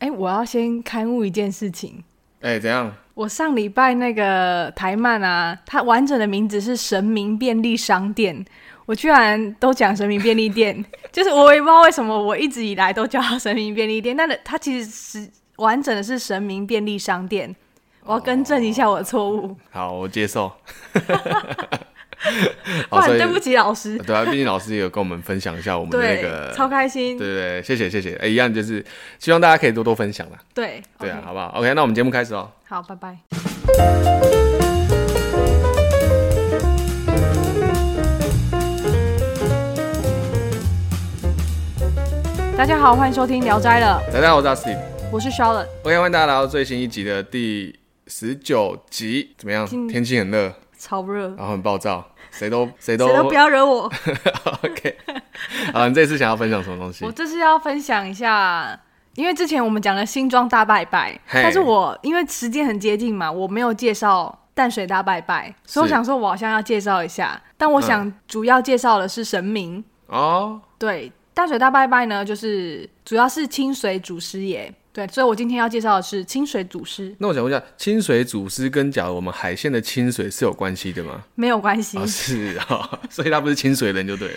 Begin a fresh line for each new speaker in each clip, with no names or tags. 哎我要先刊物一件事情。
哎、怎样？
我上礼拜那个台漫啊，它完整的名字是《神明便利商店》，我居然都讲神明便利店， 就是我也不知道为什么，我一直以来都叫它神明便利店，但是它其实是完整的是神明便利商店。我要更正一下我的错误，
好，我接受。
不然
好，哦所以
对不起老师。
对啊，毕竟老师也有跟我们分享一下我们的那
对，
个，
超开心。
对对对，谢谢谢谢，哎、一样就是希望大家可以多多分享啦，
对，
对啊
OK
好不好？OK，那我们节目开始哦。
好，拜拜。大家好，欢迎收听《聊斋》了，
大家好，我是阿 Steve，OK，、
我是 Charlotte。
OK，欢迎大家来到最新一集的第十九集，怎么样？
今
天气很热，
超热，
然后很暴躁，谁都谁都
谁都不要惹我。
OK。啊，你这次想要分享什么东西
我？这次要分享一下，因为之前我们讲了新庄大拜拜，
嘿
但是我因为时间很接近嘛，我没有介绍淡水大拜拜，所以我
是嗯
想说，我好像要介绍一下，但我想主要介绍的是神明。
哦，
对，淡水大拜拜呢，就是主要是清水祖师爷。对，所以我今天要介绍的是清水祖师，
那我想问一下，清水祖师跟假如我们海鲜的清水是有关系的吗？
没有关系
啊、，是啊、哦， 所以他不是清水人就对了。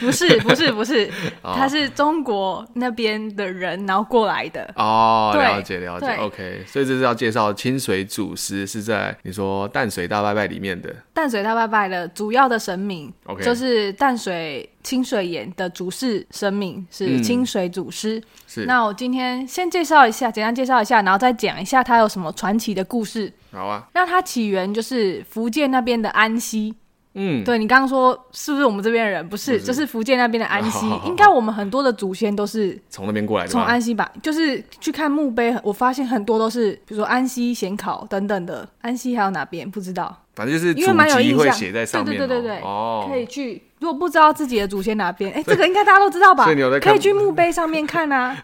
不是，不是，不是，
哦
他是中国那边的人，然后过来的。
哦，
对
了解了解
对
，OK，所以这是要介绍清水祖师是在你说淡水大拜拜里面的，
淡水大拜拜的主要的神明
OK
就是淡水清水岩的主事神明是
嗯
清水祖师。
是
那我今天先介绍一下，简单介绍一下，然后再讲一下他有什么传奇的故事。
好啊，
那它起源就是福建那边的安溪，
嗯，
对你刚刚说是不是我们这边的人？不是，
不是哦
就是福建那边的安溪
好好。好哎
应该我们很多的祖先都是
从那边过来的
从
吗？
安溪吧，就是去看墓碑，我发现很多都是，比如说安溪显考等等的。安溪还有哪边不知道？
反正就是
因为蛮有
祖籍
印
会
象，
写在
对
上面、
对
哦，
对对对，
哦，
可以去。如果不知道自己的祖先哪边，哎，这个应该大家都知道吧
所以你有在？看
可以去墓碑上面看 啊，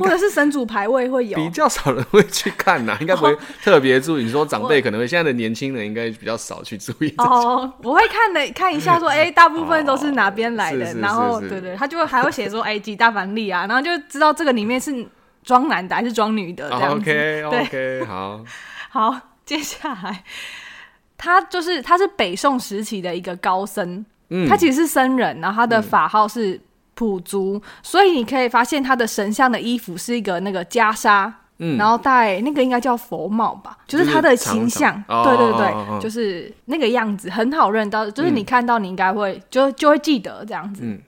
或者是神主牌位会有。
比较少人会去看呐、 应该不会特别注意。你说长辈可能会，现在的年轻人应该比较少去注意。
哦，我会看 的，看一下说，哎、大部分都是哪边来的，
哦是是
然后
是是
对对，他就会还会写说，哎、几大凡例啊，然后就知道这个里面是装男的还是装女的这样子。
哦 OK
对
OK，好，
好，接下来他就是他是北宋时期的一个高僧，
嗯，
他其实是僧人，然后他的法号是普足，所以你可以发现他的神像的衣服是一个那个袈裟，
嗯
然后戴那个应该叫佛帽吧，就
就是
是他的
长
形
长
象，
哦
对
哦
对对，
哦哦
就是那个样子很好认到，就是你
嗯
看到你应该会、就就会记得这样子。
嗯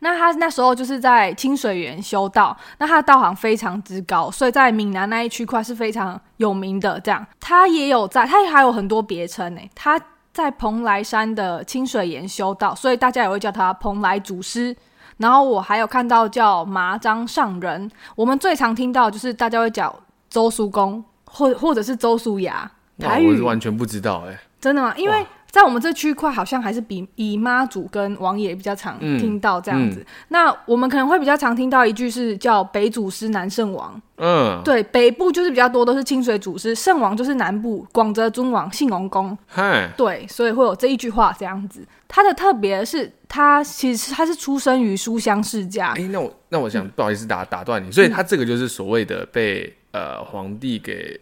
那他那时候就是在清水园修道，那他的道行非常之高，所以在闽南那一区块是非常有名的。这样，他也有在，他还有很多别称呢。欸他在蓬莱山的清水岩修道，所以大家也会叫他蓬莱祖师。然后我还有看到叫麻章上人，我们最常听到就是大家会叫周叔公，或或者是周叔牙。
哇
台
我
语
是完全不知道哎、
真的吗？因为
哇
在我们这区块，好像还是比姨妈祖跟王爷比较常
嗯
听到这样子。那我们可能会比较常听到一句是叫“北祖师南圣王”，
嗯，
对，北部就是比较多都是清水祖师，圣王就是南部广泽尊王信龙公，
嗨，
对，所以会有这一句话这样子。他的特别是，他其实他是出生于书香世家
哎、，那我那我
嗯
想、不好意思打打断你，所以他这个就是所谓的被呃皇帝给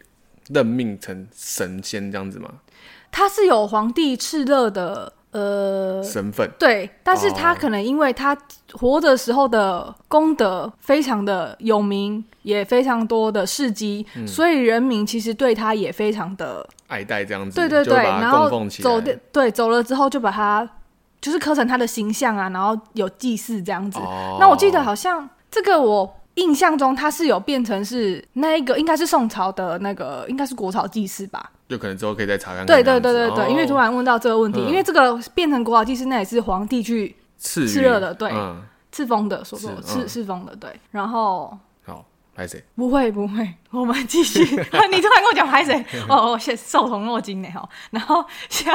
任命成神仙这样子吗？
他是有皇帝敕勒的，呃，
身份
对，但是他
哦
可能因为他活的时候的功德非常的有名，也非常多的事迹，
嗯
所以人民其实对他也非常的
爱戴这样子，
对对
就会
对，
把
然
它
后
供奉起来。
走的对走了之后就把他就是刻成他的形象啊，然后有祭祀这样子。
哦
那我记得好像这个我。印象中他是有变成是那一个应该是宋朝的那个应该是国朝祭祀吧，
就可能之后可以再查看看这
对
样子。
对
哦
对对对，因为突然问到这个问题，
嗯
因为这个变成国朝祭祀那也是皇帝去
赤
赤热的对
嗯，
赤峰的，所说
是
赤
嗯
赤峰的，对。然后
好，拍谁？
不会不会， 我们继续。你突然跟我讲拍 谁？哦哦，先受宠若惊呢哈。然后下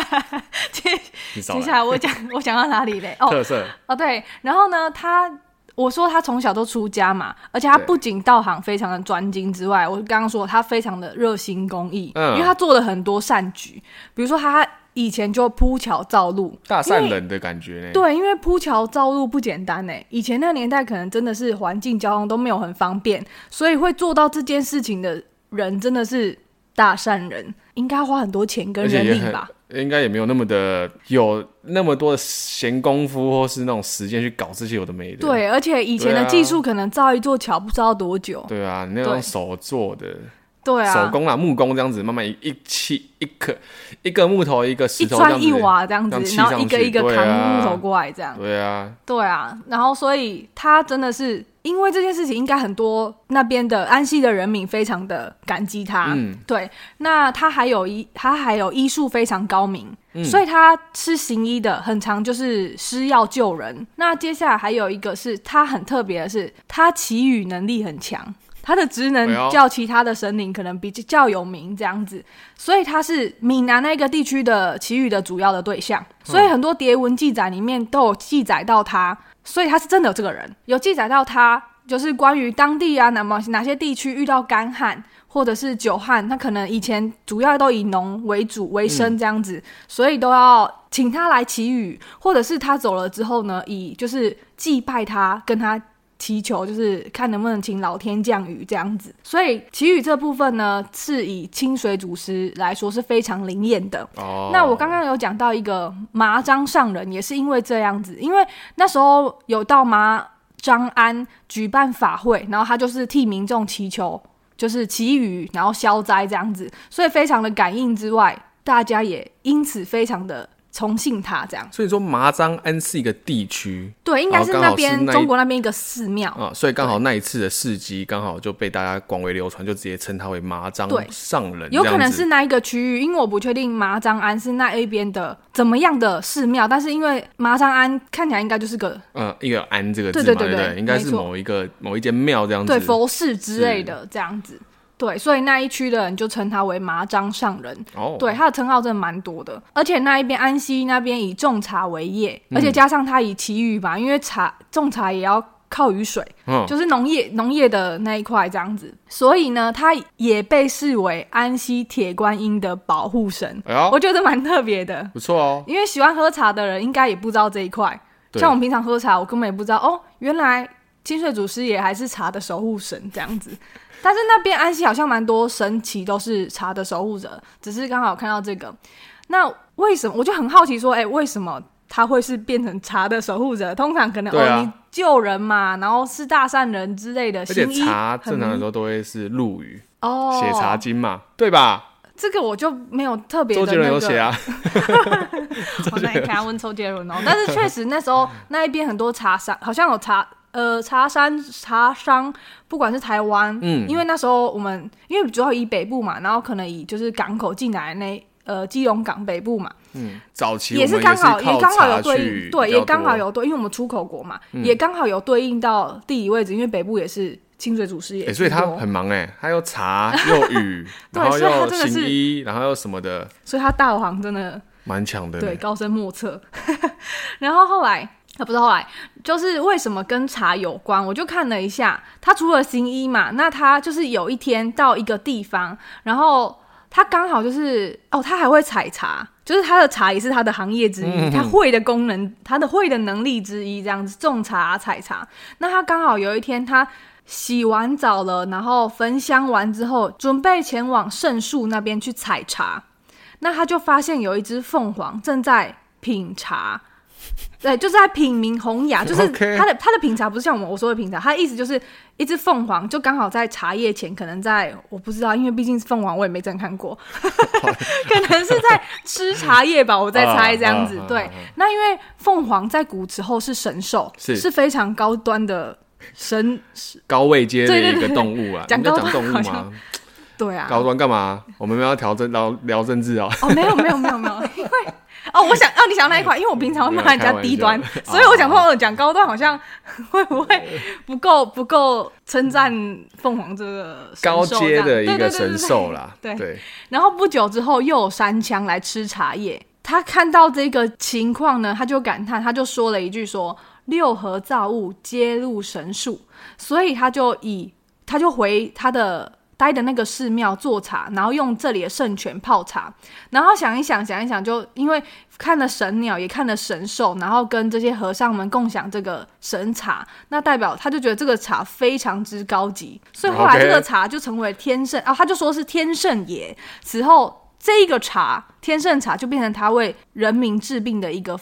接
你少
接下
来
来我讲我讲到哪里嘞？哦
特色
哦对，然后呢他。我说他从小都出家嘛，而且他
对
不仅道行非常的专精之外，我刚刚说他非常的热心公益，
嗯
因为他做了很多善举，比如说他以前就铺桥造路，
大
因
善
为
人的感觉呢。
对，因为铺桥造路不简单呢。欸以前那个年代可能真的是环境交通都没有很方便，所以会做到这件事情的人真的是大善人，应该花很多钱跟
而且
人
也
力
很
吧。
应该也没有那么的有那么多的闲工夫，或是那种时间去搞这些有的没的。
对，而且以前的
对啊
技术可能造一座桥不知道多久。
对啊，你那种
对
手做的，
对啊，
手工啦，木工这样子，慢慢一一砌一颗一个木头一个石
一
头这样
砖
子。
一瓦这样
这样
子，
砌
然后
上
一个
去
一个
对
扛
啊
木头过来这样。
对啊，
对啊，然后所以他真的是因为这件事情，应该很多那边的安溪的人民非常的感激他。
嗯，
对，那他还有医，他还有医术非常高明，
嗯
所以他吃行医的很常就是施药救人。那接下来还有一个是他很特别的是，他祈雨能力很强，他的职
哎
能
呦
较其他的神灵可能比较有名这样子，所以他是闽南那个地区的祈雨的主要的对象。所以很多牒文记载里面都有记载到他，所以他是真的有这个人，有记载到他就是关于当地啊，哪么哪些地区遇到干旱或者是久旱，那可能以前主要都以农为主为生这样子，所以都要请他来祈雨，或者是他走了之后呢，以就是祭拜他，跟他祈求，就是看能不能请老天降雨这样子。所以祈雨这部分呢，是以清水祖师来说是非常灵验的。
哦，
那我刚刚有讲到一个麻章上人，也是因为这样子，因为那时候有到麻章安举办法会，然后他就是替民众祈求，就是祈雨，然后消灾这样子，所以非常的感应之外，大家也因此非常的崇信他这样。
所以说麻章安是一个地区
对，应该是
哦刚好
那边
是那一
中国那边一个寺庙。
啊，所以刚好那一次的事迹刚好就被大家广为流传，就直接称它为麻章
对
上人，
有可
这样
能
子
是那一个区域，因为我不确定麻章安是那一边的怎么样的寺庙，但是因为麻章安看起来应该就是个
嗯，一个“安”这个字
对
嘛，
对对
对
对
不应该
没
是
错
某一个某一间庙这样子。
对佛寺之类的这样子，对，所以那一区的人就称他为麻章上人，
哦，
对，他的称号真的蛮多的，而且那一边安溪那边以种茶为业，
嗯
而且加上他以祈雨吧，因为茶种茶也要靠雨水，
嗯，
就是农业农业的那一块这样子，所以呢，他也被视为安溪铁观音的保护神，
哎呦，
我觉得蛮特别的。
不错哦，
因为喜欢喝茶的人应该也不知道这一块。
对
像我们平常喝茶，我根本也不知道哦，原来清水祖师爷还是茶的守护神这样子。但是那边安溪好像蛮多神奇都是茶的守护者，只是刚好看到这个。那为什么我就很好奇说，哎、为什么他会是变成茶的守护者？通常可能、
对啊
哦，你救人嘛，然后是大善人之类的，
而且
行医
茶
很
正常来说都会是陆语，
哦，
写茶经嘛，对吧？
这个我就没有特别的、
周
那个。
杰伦有写啊，
我那你看问周杰伦哦，但是确实那时候那一边很多茶商，好像有茶呃茶山茶商，不管是台湾，
嗯
因为那时候我们因为主要以北部嘛，然后可能以就是港口进来那呃基隆港北部嘛，
嗯，早期我
也
们
是
是
刚好
靠
刚好有
茶
对
去
应，对，
比较
也刚好
多。嗯
有对，因为我们出口国嘛，也刚好有对应到地理位置，因为北部也是清水祖师也
哎，所以他
居多
很忙哎，他又茶又雨，
对
然后
所以他
又
真的
行
是
医，然后又什么的，
所以他大王真的
蛮强的呢。
对，高深莫测。 然后后来，啊，不是后来，就是为什么跟茶有关？我就看了一下，他除了行医嘛，那他就是有一天到一个地方，然后他刚好就是哦，他还会采茶，就是他的茶也是他的行业之一，他会的功能，他的会的能力之一，这样子种茶、采茶。那他刚好有一天他。洗完澡了，然后焚香完之后，准备前往圣树那边去采茶。那他就发现有一只凤凰正在品茶，对，就是在品茗红雅，就是
OK
它的它的品茶不是像我们我说的品茶，它的意思就是一只凤凰就刚好在茶叶前，可能在我不知道，因为毕竟是凤凰，我也没真看 过，可能是在吃茶叶吧，我在猜这样子
啊啊啊。啊
对
啊，
那因为凤凰在古时候是神兽，
是
是非常高端的神，
高位阶的
对对
一个
对
动物啊，
讲
你在
高
讲
端
动
好
物
像
吗？
对啊，
高端干嘛？我们要调政聊聊政治哦。
哦，没有没有没有 没有，因为哦，我想哦，你想到那一块，因为我平常会骂人家低端
嗯没有开玩，笑
所以我想说，哦，讲高端好像会不会 不够不够称赞凤凰这个神
高
兽
阶
这
的
样对对
一个
对对
神
对
兽啦，
对
对，
然后不久之后又有山枪来吃茶叶，他看到这个情况呢，他就感叹，他就说了一句说：“六合造物皆入神术。”所以他就以他就回他的待的那个寺庙做茶，然后用这里的圣泉泡茶。然后想一想，想一想就，因为看了神鸟，也看了神兽，然后跟这些和尚们共享这个神茶，那代表他就觉得这个茶非常之高级，所以后来
OK
这个茶就成为天圣啊，他就说是天圣爷。此后，这个茶天圣茶就变成他为人民治病的一个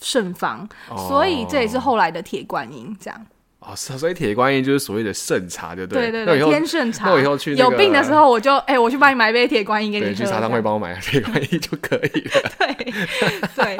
圣方，所以这也是后来的铁观音这样。
哦，是所以铁观音就是所谓的圣茶，对不
对对
对那以
对，
后
天圣茶。
那我以后去那
有
个
病的时候，我就哎、我去帮你买一杯铁观音给你
对，
喝。
去茶汤会帮我买个铁观音就可以了。
对，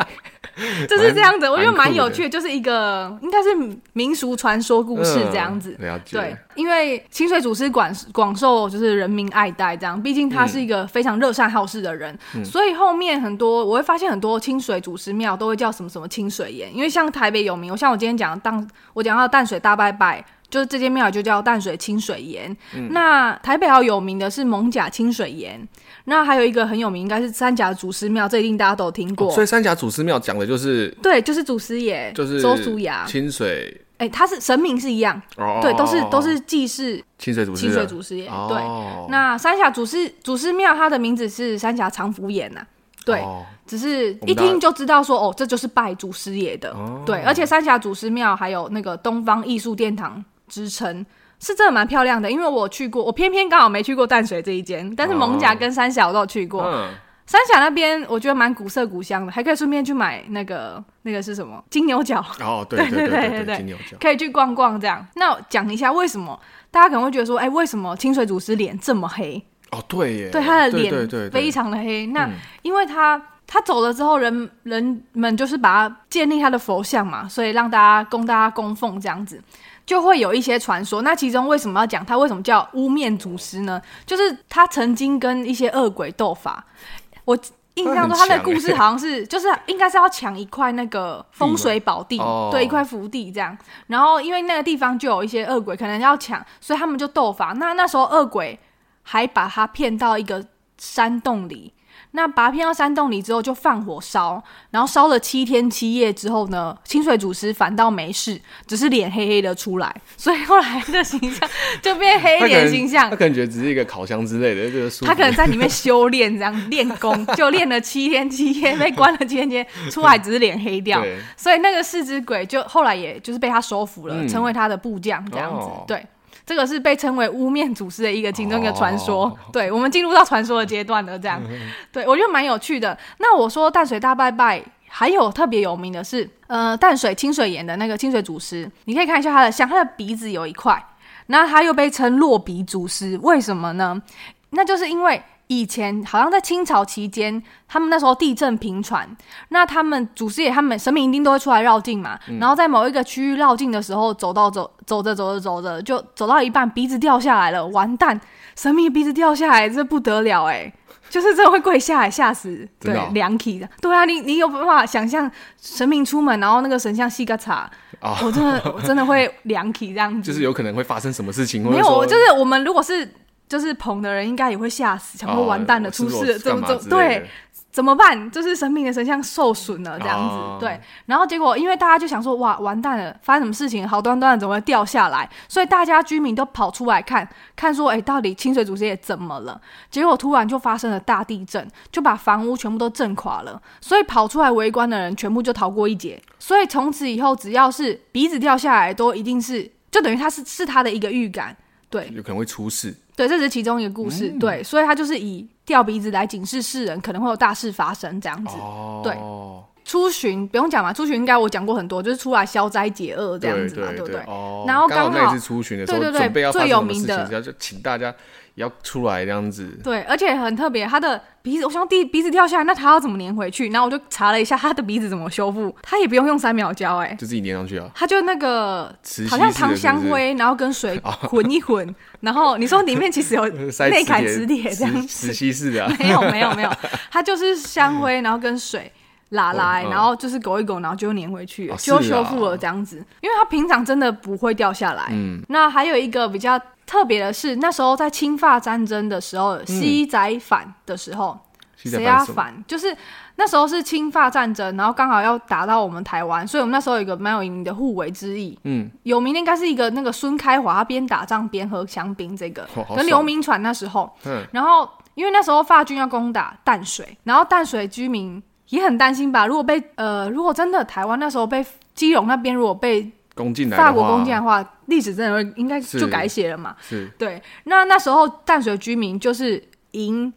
就是这样子，我觉得
蛮酷
蛮
的
有趣的，就是一个应该是民俗传说 故事这样子。
嗯了解。
对，因为清水祖师广广受就是人民爱戴，这样，毕竟他是一个非常乐善好施的人，
嗯
所以后面很多我会发现很多清水祖师庙都会叫什么什么清水岩，因为像台北有名，我像我今天讲的淡，我讲到淡水大拜拜。就是这间庙就叫淡水清水岩，
嗯
那台北还有有名的是蒙甲清水岩，那还有一个很有名应该是三甲祖师庙，这一定大家都有听过。
哦所以三峡祖师庙讲的就是
对，就是祖师爷，
就是
周叔牙，
清水，
哎、他是神明是一样，
哦，
啊对，都是
哦
都是祭祀
清水祖师
清
的，
水祖师爷。对，
哦
那三峡祖师祖师庙，它的名字是三峡长福岩呐、对，
哦
只是
我们
一
大家
听就知道说，哦，这就是拜祖师爷的。
哦
对，而且三峡祖师庙还有那个东方艺术殿堂之称。是真的蛮漂亮的，因为我去过，我偏偏刚好没去过淡水这一间，但是蒙甲
哦
跟三峡我都有去过。
嗯，
三峡那边我觉得蛮古色古香的，还可以顺便去买那个那个是什么金牛角，
哦，对
对对
对
对
对
对对
金牛角，
可以去逛逛这样。那我讲一下为什么大家可能会觉得说，哎、为什么清水祖师脸这么黑？
哦，对耶，
对，他的
对
脸
对对嗯
非常的黑。那因为他他走了之后，人人们就是把他建立他的佛像嘛，所以让大家供大家供奉这样子，就会有一些传说。那其中为什么要讲他为什么叫污面祖师呢？就是他曾经跟一些恶鬼斗法。我印象中
他
他
很
的
强
故
欸
事好像是就是应该是要抢一块那个风水宝地，
地吗哦
对一块福地这样。然后因为那个地方就有一些恶鬼，可能要抢，所以他们就斗法。那那时候恶鬼还把他骗到一个山洞里，那把他骗到山洞里之后就放火烧，然后烧了七天七夜之后呢，清水祖师反倒没事，只是脸黑黑的出来，所以后来的形象就变黑
他可
脸
能
形 象
他。可能觉得只是一个烤箱之类的，这个舒服
他可能在里面修炼，这样练功，就练了七天七夜，被关了七天七 夜，出来只是脸黑掉。
对
所以那个四只鬼就后来也就是被他收服了，
嗯
成为他的部将这样子。
哦
对，这个是被称为污面祖师的一个其中一个传说。
哦 嗯
对，我们进入到传说的阶段了，这样， 对我觉得蛮有趣的。那我说淡水大拜拜。还有特别有名的是，呃，淡水清水岩的那个清水祖师，你可以看一下他的像他的鼻子有一块，那他又被称落鼻祖师，为什么呢？那就是因为以前好像在清朝期间，他们那时候地震频传，那他们祖师爷他们神明一定都会出来绕境嘛。
嗯
然后在某一个区域绕境的时候，走到走走着走着走着，就走到一半，鼻子掉下来了，完蛋！神明鼻子掉下来，这不得了哎、就是真的会跪下来，吓死！
真
对
的哦，
凉体的，对啊，你你有办法想象神明出门，然后那个神像细个叉，
哦
我真的我真的会凉体这样子，
就是有可能会发生什么事情，或
没
者
有，我
说
就是我们如果是就是捧的人，应该也会吓死，想说
哦
完蛋了，
我是
出
不是
事了，
我
怎
干
么
嘛
怎
之
么
类
对
的，
怎么办？就是神明的神像受损了这样子，
哦
对。然后结果因为大家就想说，哇，完蛋了，发生什么事情？好端端的怎么会掉下来？所以大家居民都跑出来看看说，哎，到底清水祖师爷怎么了？结果突然就发生了大地震，就把房屋全部都震垮了。所以跑出来围观的人全部就逃过一劫。所以从此以后，只要是鼻子掉下来，都一定是就等于他是是他的一个预感。对，
有可能会出事。
对，这只是其中一个故事。
嗯
对，所以他就是以掉鼻子来警示世人可能会有大事发生这样子。
哦，
对出巡不用讲嘛，出巡应该我讲过很多，就是出来消灾解厄这
对
样子嘛，
对
不对？
哦，
然后
刚
刚
那
好
一次出巡的时候，
对对对
准备要发生
最
什
有
么事
名
情，
的
要就请大家也要出来这样子。
对，而且很特别，他的鼻子，我想第鼻子掉下来，那他要怎么粘回去？然后我就查了一下他的鼻子怎么修复，他也不用用三秒胶、哎，
就自己粘上去啊，
他就那个
磁吸
好像
式的
糖
是
香
不是哦
灰，然后跟水混一混，然后你说里面其实有
塞
内凯磁铁这样
磁磁吸式的 啊，
没有没有没有，它就是香灰，然后跟水拉拉，
嗯嗯嗯
然后就是勾一勾，然后就粘回去了，
哦
就是
啊
修复了这样子。因为它平常真的不会掉下来。
嗯
那还有一个比较特别的是，那时候在清法战争的时候，西仔反的时候，
吸在
谁
嗯反
要
手
反？就是那时候是侵法战争，然后刚好要打到我们台湾，所以我们那时候有一个蛮有名的互为之役。
嗯，
有名的应该是一个那个孙开华，他边打仗边喝香槟，这个
哦好
跟
爽
刘铭传那时候，
嗯，
然后因为那时候法军要攻打淡水，然后淡水居民也很担心吧，如果被呃，如果真的台湾那时候被基隆那边如果被
攻进来的话，
法国攻进来的话，历史真的会应该就是改写了嘛。
是
对，那那时候淡水居民就是迎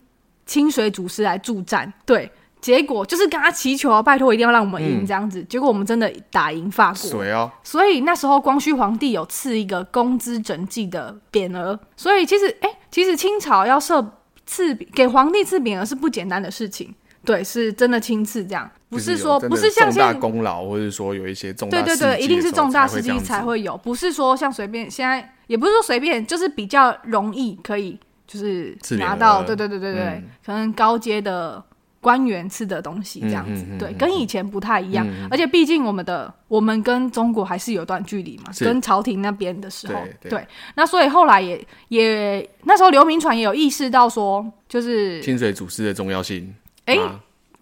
清水祖师来助战，对，结果就是跟他祈求啊，拜托一定要让我们赢
嗯
这样子。结果我们真的打赢法国，
水哦，
所以那时候光绪皇帝有赐一个工资整计的匾额，所以其实哎、其实清朝要设赐给皇帝赐匾额是不简单的事情，对，是真的亲赐这样，不
就是是
说
有真
不
的
是像
重大
现
功劳，或者说有一些重大
对对
事
对，
迹
一定
的
是
时候
重大
才
事
会这
迹
样
才
子
会有，不是说像随便现在，也不是说随便，就是比较容易可以就是
自
拿
联
到，
了
对对对对对，
嗯
可能高阶的官员吃的东西这样子，
嗯嗯嗯
对，
嗯
跟以前不太一样，
嗯
而且毕竟我们的我们跟中国还是有段距离嘛，
是
跟朝廷那边的时候，
对对
那所以后来也也那时候刘铭传也有意识到说，就是
清水祖师的重要性。
哎
啊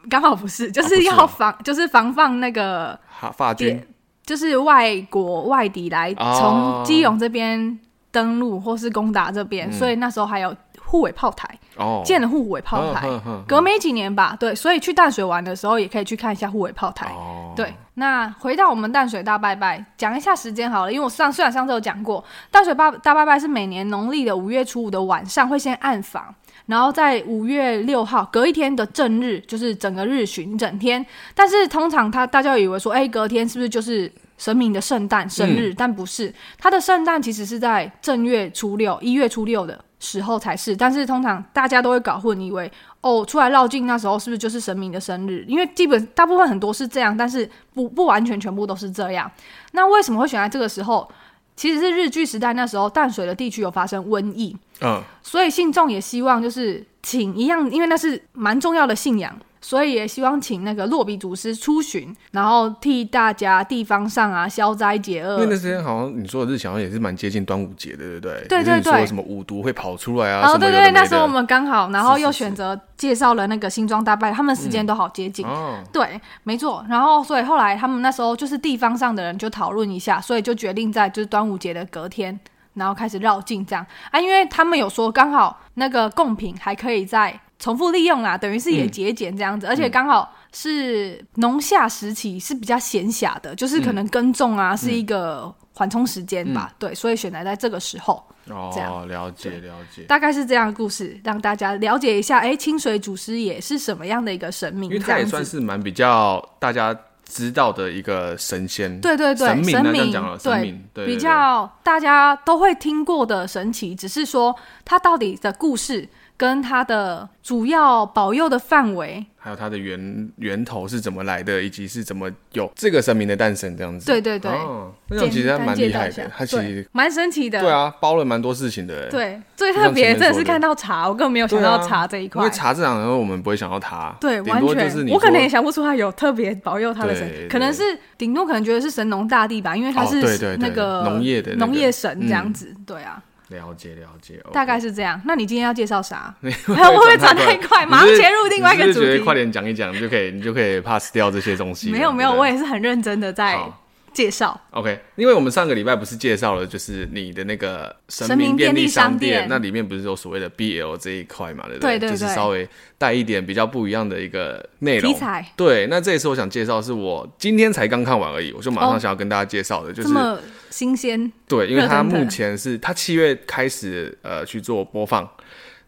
刚好不是，就
不
是
是
要
哦
防，就是防范那个
哈法军
就是外国外敌来
哦
从基隆这边登陆或是攻打这边，
嗯
所以那时候还有护卫炮台，
哦，嗯
建了护卫炮台。
哼哼哼
隔没几年吧，对，所以去淡水玩的时候也可以去看一下护卫炮台。
哦，
对，那回到我们淡水大拜拜，讲一下时间好了，因为我上虽然上次有讲过，淡水大大拜拜是每年农历的五月初五的晚上会先暗访，然后在五月六号隔一天的正日，就是整个日巡一整天。但是通常他大家以为说，哎、隔天是不是就是神明的圣诞生日？但不是，他的圣诞其实是在正月初六、一月初六的。时候才是，但是通常大家都会搞混，以为哦，出来绕境那时候是不是就是神明的生日？因为基本大部分很多是这样，但是不不完全全部都是这样。那为什么会选在这个时候？其实是日据时代那时候淡水的地区有发生瘟疫，
嗯，
所以信众也希望就是请一样，因为那是蛮重要的信仰，所以也希望请那个洛比祖师出巡，然后替大家地方上啊消灾解
因为那
厄。
时间好像你说的日期好像也是蛮接近端午节的，对不对？
对对
就是
对
说什么五毒会跑出来啊？
然后
什么
对
有
对
的
对，
没
那时候
的
我们刚好，然后
是
又
是
选择介绍了那个新庄大拜，他们时间都好接近，
哦，
对，没错。然后，所以后来他们那时候就是地方上的人就讨论一下，所以就决定在就是端午节的隔天，然后开始绕境这样啊，因为他们有说刚好那个贡品还可以再重复利用啦，等于是也
嗯
节俭这样子，而且刚好是农夏时期是比较闲暇的，就是可能
嗯
耕种啊、是一个缓冲时间吧，对，所以选择在这个时候。这
哦，
样
了解
对
了解，
大概是这样的故事，让大家了解一下，哎，清水祖师爷是什么样的一个神明？
因为
这
他也
样子
算是蛮比较大家知道的一个神仙，
对对对，
神明啊这样
明
讲了，神
对
明对对
比
对
较大家都会听过的神奇，只是说它到底的故事跟它的主要保佑的范围，
还有它的源源头是怎么来的，以及是怎么有这个神明的诞生这样子。
对对对
哦，那种其
简
实还
单
蛮
介
厉
绍
害
一下
的，，它其
对
实
蛮神奇的。
对啊，包了蛮多事情的。
对，最
就
特
像前
别
面
真的
说
是
的
看到茶，我根本没有
对
想
啊，
到茶这一
因
块
为。茶这两个我们不会想到它，
对，
顶
完
多就是
全
你，
我可能
说
也想不出他有特别保佑他的神
对，对
可能是顶多可能觉得是神农大帝吧，因为他
哦
是
对对对
那个
农业的那
农
个
业神这样
嗯
子，对啊，
了解了解，哦
大 概是这样。那你今天要介绍啥？
我
会不会转太快马上切入另外一个主题
快点讲一讲，你就可以你就可以 pass 掉这些东西了。
没有没有，
对不
我
对
也是很认真的在
好
介绍。
OK，因为我们上个礼拜不是介绍了，就是你的那个
神
神
明
明
便
便
利
利
商
商
店
那里面不是有所谓的 BL 这一块嘛，对不
对对
就是
对
稍微带一点比较不一样的一个内容
题材。
对，那这一次我想介绍是我今天才刚看完而已，我就马
哦
上想要跟大家介绍的，就
这
是
么新鲜，
对，因为
热
它
腾腾
目前是它七月开始呃去做播放，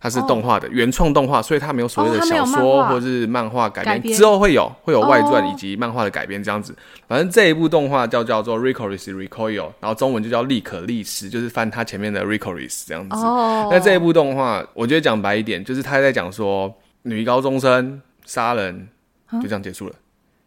它是
哦
动画的、原创动画，所以它没有所
哦
谓的
它没有
小
漫
说
画
或是漫画改
改
编，
编
之后会有会有外传
哦
以及漫画的改编这样子。反正这一部动画叫叫做《Ricoris Recoil》，然后中文就叫《利可利斯》，就是翻它前面的《Ricoris》这样子。
哦
嗯那这一部动画，我觉得讲白一点，就是他在讲说女高中生杀人，
嗯
就这样结束了。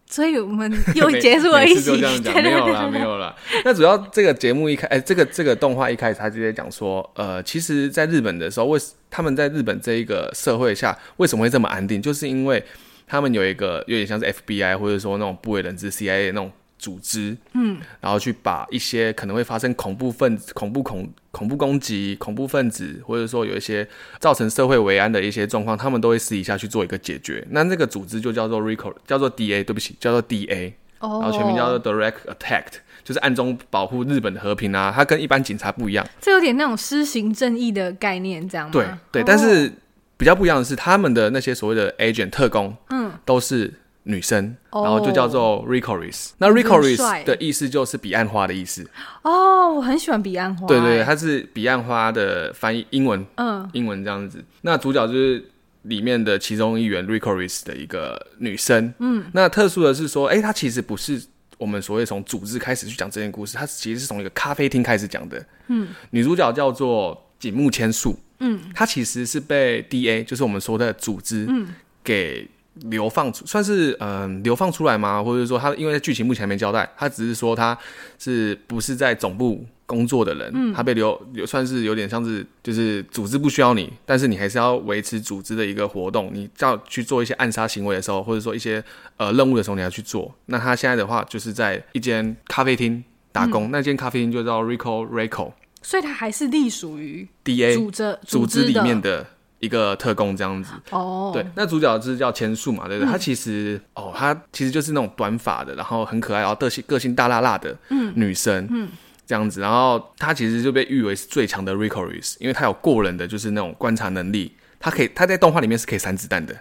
所以我们 又
每
结束了一
每次
集
就这样，讲，
对
没有
对
啦，
对
没 有啦。那主要这个节目一开，哎、这个这个动画一开始，他直接讲说，呃，其实，在日本的时候，为他们在日本这一个社会下，为什么会这么安定，就是因为他们有一个有点像是 FBI 或者说那种不为人知 CIA 那种组织，嗯，然后去把一些可能会发生恐怖分子、恐怖恐恐怖攻击、恐怖分子，或者说有一些造成社会维安的一些状况，他们都会私底下去做一个解决。那这个组织就叫做 RICO，叫做 DA，对不起，叫做 DA，
哦，
然后全名叫做 Direct Attack。就是暗中保护日本的和平啊，它跟一般警察不一样。
这有点那种施行正义的概念，这样吗
对对，
哦
但是比较不一样的是，他们的那些所谓的 agent 特工
嗯，
都是女生，
哦
然后就叫做 recoris。那
真帅
recoris 的意思就是彼岸花的意思。
哦，我很喜欢彼岸花，
对对，
哎
它是彼岸花的翻译，英文
嗯，
英文这样子。那主角就是里面的其中一员 recoris 的一个女生。嗯，那特殊的是说，哎、她其实不是。我们所谓从组织开始去讲这件故事，它其实是从一个咖啡厅开始讲的。嗯，女主角叫做井木千树。
嗯，
她其实是被 DA，就是我们说的组织，嗯，给流放出，算是嗯、流放出来吗？或者说她因为剧情目前还没交代，她只是说她是不是在总部工作的人，嗯、她被流流算是有点像是就是组织不需要你，但是你还是要维持组织的一个活动，你要去做一些暗杀行为的时候，或者说一些呃任务的时候，你要去做。那她现在的话就是在一间咖啡厅打工，那间咖啡厅就叫 Rico Rico
所以它还是隶属于
DA
组织
哎组织
织
里面
的
的一个特工这样子。
哦，
对，，那主角就是叫千树嘛，对不对？他其实哦，他其实就是那种短发的，然后很可爱，然后个性个性大辣辣的女生，嗯，这样子。然后她其实就被誉为是最强的 Ricoris，因为她有过人的就是那种观察能力。她可以，她在动画里面是可以散子弹的，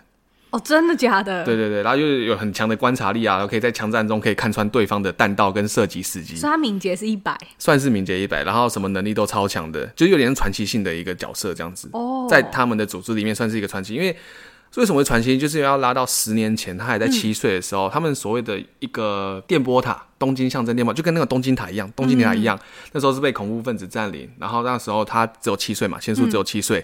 哦，真的假的？
对，对对，然后又有很强的观察力啊，然后可以在枪战中可以看穿对方的弹道跟射击时机，
所以它敏捷是一百
算是敏捷一百，然后什么能力都超强的，就有点传奇性的一个角色这样子。
哦，
在他们的组织里面算是一个传奇，因为为什么会传奇，就是要拉到十年前，他还在七岁的时候，他们所谓的一个电波塔，东京象征电波塔，就跟那个东京塔一样，东京铁塔一样，那时候是被恐怖分子占领，然后那时候他只有七岁嘛，千树只有七岁。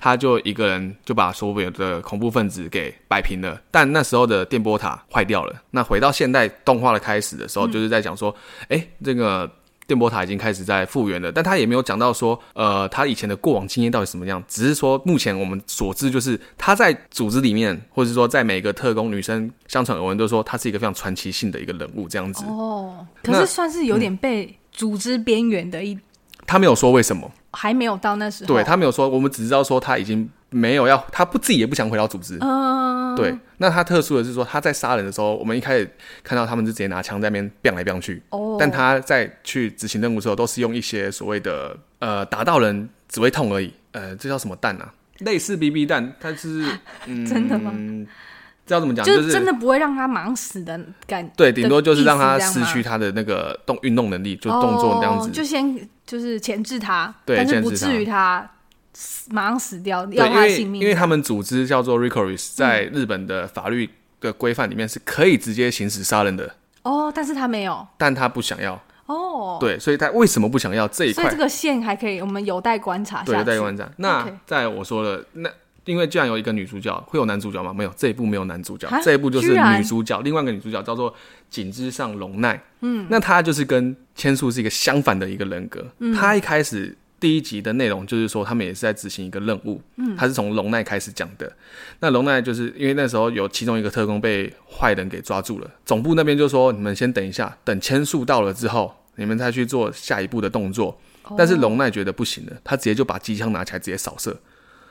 他就一个人就把所有的恐怖分子给摆平了，但那时候的电波塔坏掉了。那回到现代动画的开始的时候，就是在讲说，哎、这个电波塔已经开始在复原了，但他也没有讲到说，呃，他以前的过往经验到底什么样，只是说目前我们所知就是他在组织里面，或者说在每个特工女生相传耳闻都说他是一个非常传奇性的一个人物这样子。
哦，可
嗯那嗯
是算是有点被组织边缘的一，
他没有说为什么，
还没有到那时候，
对，他没有说，我们只知道说他已经没有要，他不自己也不想回到组织，
嗯，
对，那他特殊的是说，他在杀人的时候，我们一开始看到他们就直接拿枪在那边 biang 来 biang 去，
哦，
但他在去执行任务的时候，都是用一些所谓的呃打到人只会痛而已，呃，这叫什么弹啊？类似 BB 弹，它 是嗯，
真的吗？
这要怎么讲？
就是真的不会让他忙死的感，
对，顶多就是让他
的意思这
失
样吗
去他的那个动运动能力，就动作那样
哦
子。
就先就是钳制他，
对
但是不
钳制他
至于他死马上死掉，
对，
要
因
他
为
性命嗯
因为他们组织叫做 Ricoris，在日本的法律的规范里面是可以直接行使杀人的，
哦，但是他没有
但他不想要。
哦，
对，所以他为什么不想要这一
所以
块
这？个线还可以，我们有待观察
对，
下去。
代言完展。那
OK
在我说了，那因为既然有一个女主角，会有男主角吗？没有，这一部没有男主角
啊，
这一部就是
居然
女主角，另外一个女主角叫做景之上龙奈。嗯，那她就是跟千树是一个相反的一个人格。
嗯
她一开始。第一集的内容就是说，他们也是在执行一个任务。嗯，他是从龙奈开始讲的。那龙奈就是因为那时候有其中一个特工被坏人给抓住了，总部那边就说：“你们先等一下，等千树到了之后，你们再去做下一步的动作。”
哦
但是龙奈觉得不行了，他直接就把机枪拿起来直接扫射，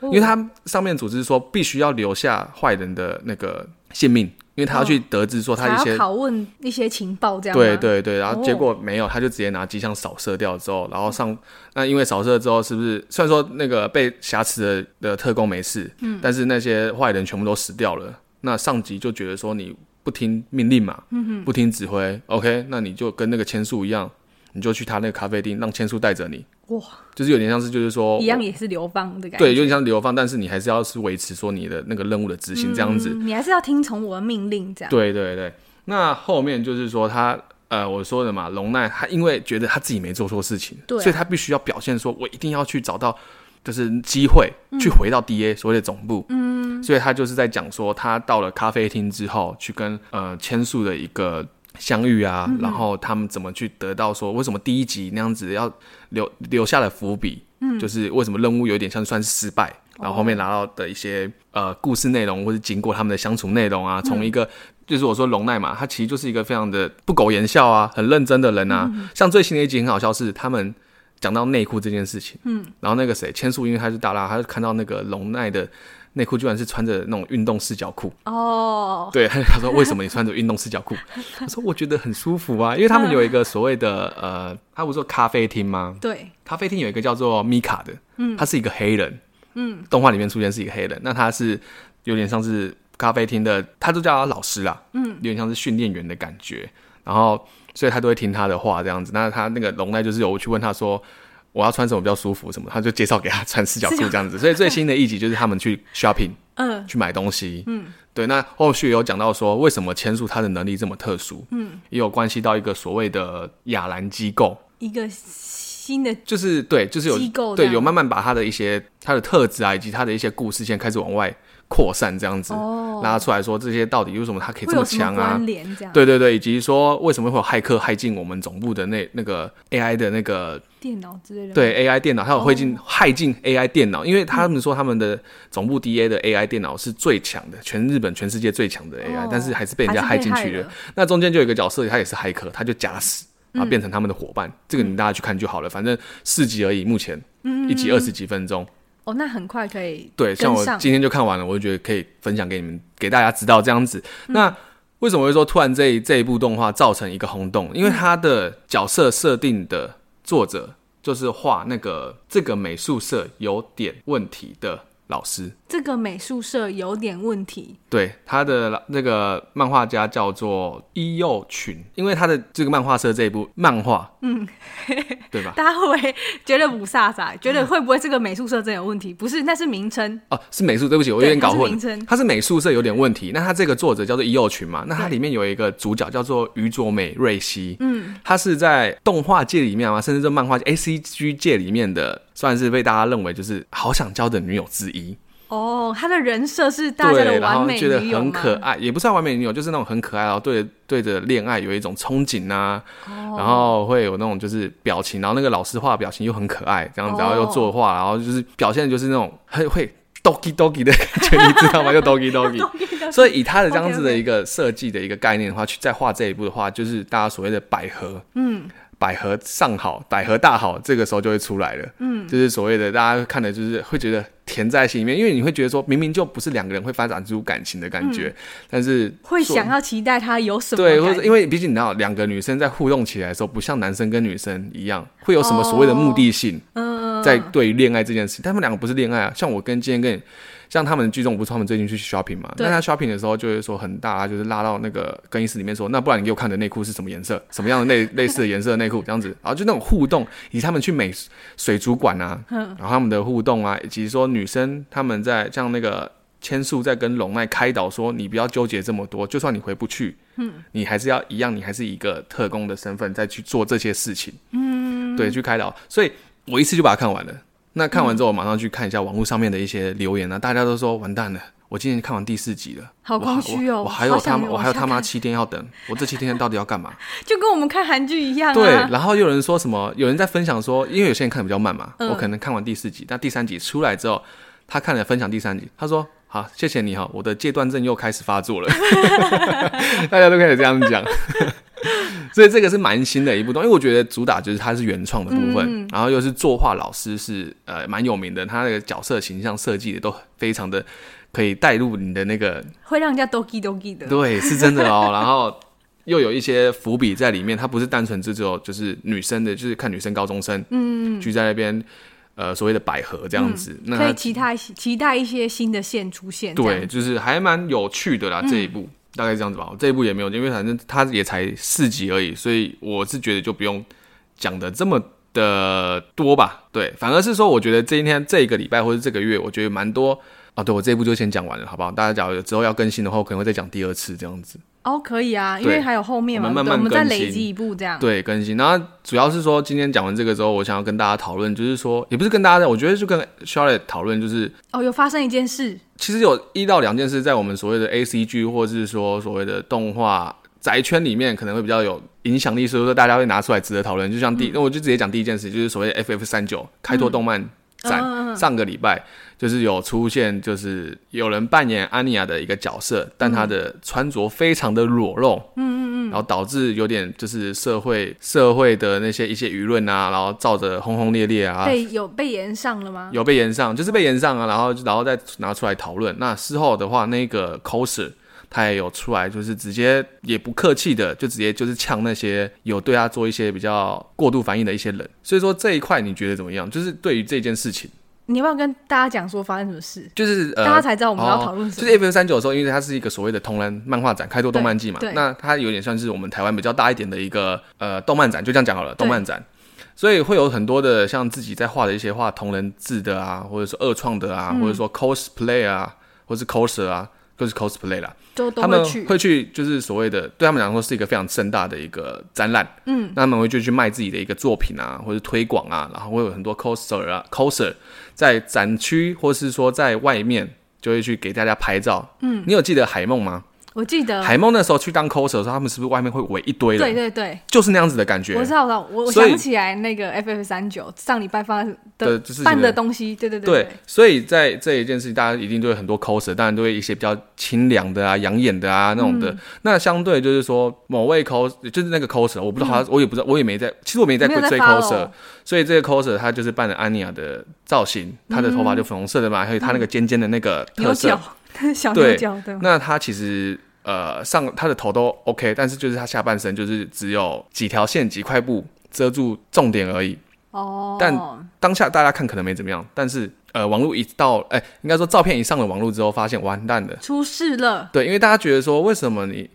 因为他上面组织说必须要留下坏人的那个性命，因为他要去得知说他
还
一
要
些、
拷问一些情报，这样吗
对对对，然后
哦
结果没有，他就直接拿机枪扫射掉之后，然后上那因为扫射之后是不是虽然说那个被挟持的的特工没事，嗯，但是那些坏人全部都死掉了，那上级就觉得说你不听命令嘛，嗯不听指挥，OK，那你就跟那个千树一样，你就去他那个咖啡厅让千树带着你，
哇，
就是有点像是就是说
一样也是流放的感觉。
对，有点像流放，但是你还是要是维持说你的那个任务的执行这样子。
嗯你还是要听从我的命令，这样。
对对对，那后面就是说他呃，我说的嘛，龙奈他因为觉得他自己没做错事情，
对啊
所以他必须要表现说，我一定要去找到就是机会
嗯
去回到 DA、所谓的总部。嗯，所以他就是在讲说，他到了咖啡厅之后，去跟呃千树的一个。相遇啊，
嗯
然后他们怎么去得到说为什么第一集那样子要留留下了伏笔？嗯，就是为什么任务有点像算是失败，然后后面
哦
拿到的一些呃故事内容或是经过他们的相处内容啊，
嗯
从一个、就是我说龙奈嘛，他其实就是一个非常的不苟言笑啊，很认真的人啊。像最新的一集很好笑是他们。讲到内裤这件事情，嗯，然后那个谁，千树，因为他是大拉，他就看到那个龙奈的内裤居然是穿着那种运动四角裤，
哦，
对，他说为什么你穿着运动四角裤？我说我觉得很舒服啊，因为他们有一个所谓的呃，他不是说咖啡厅吗？
对，
咖啡厅有一个叫做米卡的，嗯，他是一个黑人，嗯，动画里面出现是一个黑人，那他是有点像是咖啡厅的，他就叫他老师啦，嗯，有点像是训练员的感觉，然后所以他都会听他的话这样子。那他那个龙奈就是有去问他说。我要穿什么比较舒服？什么？他就介绍给他穿四角裤这样子。所以最新的一集就是他们 去 shopping，
嗯，
去买东西，嗯，对。那后续有讲到说，为什么千树他的能力这么特殊，嗯，也有关系到一个所谓的亚兰机构，
一个新的
就是对，就是有
机构这
对
样
有慢慢把他的一些他的特质啊，以及他的一些故事线开始往外扩散，这样子、
哦，
拉出来说这些到底为什么他可以
会
这么
有什
强
么
啊
关？联这样？
对对对，以及说为什么会有骇客骇进我们总部的那 那个 AI 的那个
电脑之类的，，
对 AI 电脑，还有会
哦
进、骇进 AI 电脑，因为他们说他们的总部 DA 的 AI 电脑是最强的，全日本、全世界最强的 AI，、
哦
但是还是被人家
还是被
骇进去
害
了
了。
那中间就有一个角色，他也是骇客，他就假死。
嗯
啊，变成他们的伙伴，这个你大家去看就好了，反正四集而已，目前一集二十几分钟，
嗯哦，那很快可以
对，像
跟
我
上
今天就看完了，我就觉得可以分享给你们，给大家知道这样子。
嗯
那为什么会说突然这一这一部动画造成一个轰动？因为它的角色设定的作者就是画那个这个美术社有点问题的老师，
这个美术社有点问题，
对，他的老那个漫画家叫做伊右群，因为他的这个漫画社这一部漫画，嗯，对吧？
大家会不会觉得不飒飒？觉得会不会这个美术社真有问题？不是，那是名称，
哦，是美术，对不起，我有
对
点搞
它是
混
名称。
它是美术社有点问题。那它这个作者叫做伊右群嘛？那它里面有一个主角叫做于佐美瑞希，嗯，他是在动画界里面嘛，甚至是漫画 A C G 界里面的，算是被大家认为就是好想交的女友之一。
哦，他的人设是大家
对，
的
然
完
后
美
觉得
女友
很
吗？
可爱，也不算完美女友，就是那种很可爱，然后对对着恋爱有一种憧憬啊，
哦
然后会有那种就是表情，然后那个老师画的表情又很可爱，这样子，然后
哦
又作画，然后就是表现的就是那种很会 doggy doggy 的感觉，你知道吗？就 doggy doggy，所以以他的这样子的
OK，OK
一个设计的一个概念的话，去再画这一步的话，就是大家所谓的百合，
嗯，
百合上好，百合大好，这个时候就会出来了。嗯，就是所谓的大家看的，就是会觉得甜在心里面，因为你会觉得说，明明就不是两个人会发展出感情的感觉，但是
会
做
想要期待他有嗯什么
对，或
感
者因为毕竟你知道，两个女生在互动起来的时候，不像男生跟女生一样会有什
哦
么所谓的目的性，
嗯，
在对于恋爱这件事，他们两个不是恋爱啊。像我跟今天跟你，像他们的剧中不是他们最近去 shopping 嘛？
对
那他 shopping 的时候就会说很大，就是拉到那个更衣室里面说，那不然你给我看你的内裤是什么颜色，什么样的类类似的颜色的内 裤这样子，然后就那种互动，以及他们去美水族馆啊，
嗯
然后他们的互动啊，以及说女生他们在像那个。千树在跟龙奈开导说：“你不要纠结这么多，就算你回不去，嗯，你还是要一样，你还是一个特工的身份再去做这些事情。”
嗯
对，去开导。所以我一次就把它看完了。那看完之后，我马上去看一下网络上面的一些留言啊，大家都说完蛋了，我今天看完第四集了，
好空虚哦
我
我
还我我还有
好想
他妈，
往
我还有
下
他妈
看
七天要等，我这七天到底要干嘛？
就跟我们看韩剧一样啊。
对，然后又有人说什么，有人在分享说，因为有些人看的比较慢嘛，
嗯
我可能看完第四集，但第三集出来之后，他看了分享第三集，他说。好，谢谢你哈，我的戒断症又开始发作了， 大家都开始这样讲， 所以这个是蛮新的一部动，因为我觉得主打就是它是原创的部分，
嗯
然后又是作画老师是呃蛮有名的，他的角色形象设计的都非常的可以带入你的那个
会让人家 doki doki 的。
对，是真的哦。然后又有一些伏笔在里面，它不是单纯只只有就是女生的，就是看女生高中生，嗯，聚在那边，呃，所谓的百合这样子。那
嗯可以
它
期待期待一些新的线出现。这样
对，，就是还蛮有趣的啦。
嗯
这一部、大概这样子吧。我这一部也没有，因为反正它也才四集而已，所以我是觉得就不用讲的这么。的多吧，对，反而是说，我觉得今天这一个礼拜或者这个月，我觉得蛮多啊。对我这一部就先讲完了，好不好？大家假如之后要更新的话，我可能会再讲第二次这样子。
哦，可以啊，因
对
为还有后面嘛，
我们慢
对
慢
我们再
更新
累积一步这样。
对，更新。然后主要是说，今天讲完这个之后，我想要跟大家讨论，就是说，也不是跟大家，我觉得就跟 Charlotte 讨论，就是
哦，有发生一件事，
其实有一到两件事，在我们所谓的 A C G 或是说所谓的动画宅圈里面，可能会比较有影响力，所以说大家会拿出来值得讨论。就嗯像第，那、我就直接讲第一件事，就是所谓 F F 三九开拓动漫展，上个礼拜就是有出现，就是有人扮演安妮亚的一个角色，但她的穿着非常的裸露，嗯嗯嗯，然后导致有点就是社会社会的那些一些舆论啊，然后造着轰轰烈烈啊，
被有被延上了吗？
有被延上，就是被延上啊，然后然后再拿出来讨论。那事后的话，那个 coser 他也有出来，就是直接也不客气的，就直接就是呛那些有对他做一些比较过度反应的一些人。所以说这一块你觉得怎么样？就是对于这件事情，
你要不要跟大家讲说发生什么事？
就是呃，
大家才知道我们要讨
哦
论什
就
么。
是 F 三九的时候，因为它是一个所谓的同人漫画展，开拓动漫季嘛
对对，
那它有点算是我们台湾比较大一点的一个呃动漫展，就这样讲好了，动漫展。所以会有很多的像自己在画的一些画同人志的啊，或者说二创的啊，或者说 cosplay 啊，或是 coser 啊，就是 cosplay 啦，
就都
他们
去，
会去就是所谓的对他们来说是一个非常盛大的一个展览，嗯，那他们会就去卖自己的一个作品啊，或者推广啊，然后会有很多 coser 啊 coser 在展区或是说在外面就会去给大家拍照，嗯，你有记得海梦吗？
我记得，
海梦那时候去当 coser 的时候，他们是不是外面会围一堆人？
呃对对对，
就是那样子的感觉，
我知道，我知道，我我
所以
想起来那个 FF 三九上礼拜发的
的就是
办的东西，对对
对
对，
所以在这一件事情，大家一定对很多 coser，当然对一些比较清凉的啊、养眼的啊那种
嗯
的。那相对就是说，某位 cos 就是那个 coser，我不知道他，我也不知道，我也没在，其实我没在
嗯没有在
追
follow
coser，所以这个 coser 他就是扮了安妮亚的造型，他的头发就粉红色的嘛，还有他那个尖尖的那个
牛
特色
角， 小
对
牛角，对，
那他其实呃上他的头都 OK，但是就是他下半身就是只有几条线、几块布遮住重点而已。
哦，
但当下大家看可能没怎么样，但是呃，网络一到，哎、应该说照片一上了网络之后，发现完蛋了。
出事了，
对，因为大家觉得说，为什么你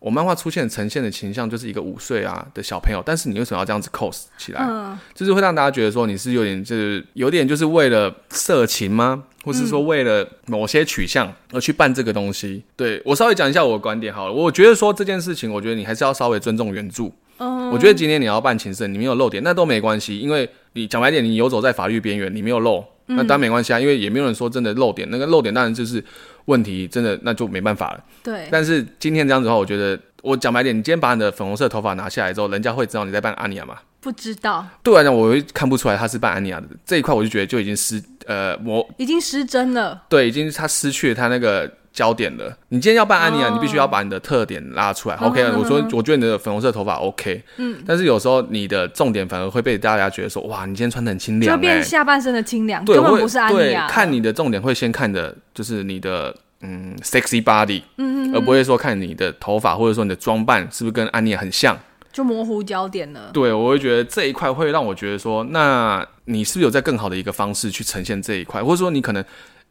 我漫画出现呈现的形象就是一个五岁啊的小朋友，但是你为什么要这样子 cos 起来？
嗯，
就是会让大家觉得说你是有点就是有点就是为了色情吗？或是说为了某些取向而去办这个东西？对我稍微讲一下我的观点好了，我觉得说这件事情，我觉得你还是要稍微尊重原著。嗯，我觉得今天你要办情圣，你没有漏点，那都没关系，因为你讲白点，你游走在法律边缘，你没有漏，那当然没关系啊，因为也没有人说真的漏点，那个漏点当然就是问题，真的那就没办法了。
对，
但是今天这样子的话，我觉得我讲白点，你今天把你的粉红色头发拿下来之后，人家会知道你在办阿尼亚嘛？
不知道，
对我来讲，我会看不出来他是扮安妮亚的这一块，我就觉得就已经失呃，我
已经失真了，
对已经他失去了他那个焦点了。你今天要扮安妮亚，
哦
啊
嗯
你必须要把你的特点拉出来。OK，我说我觉得你的粉红色头发 OK，嗯，但是有时候你的重点反而会被大家觉得说，哇，你今天穿的很清
就
凉、欸
变，下半身的清凉，
对，
根本
会
不是安啊妮
对
亚，，
看你的重点会先看的就是你的。嗯，sexy body，嗯嗯，而不会说看你的头发或者说你的装扮是不是跟安妮亚很像，
就模糊焦点了，
对，我会觉得这一块会让我觉得说，那你是不是有在更好的一个方式去呈现这一块，或者说你可能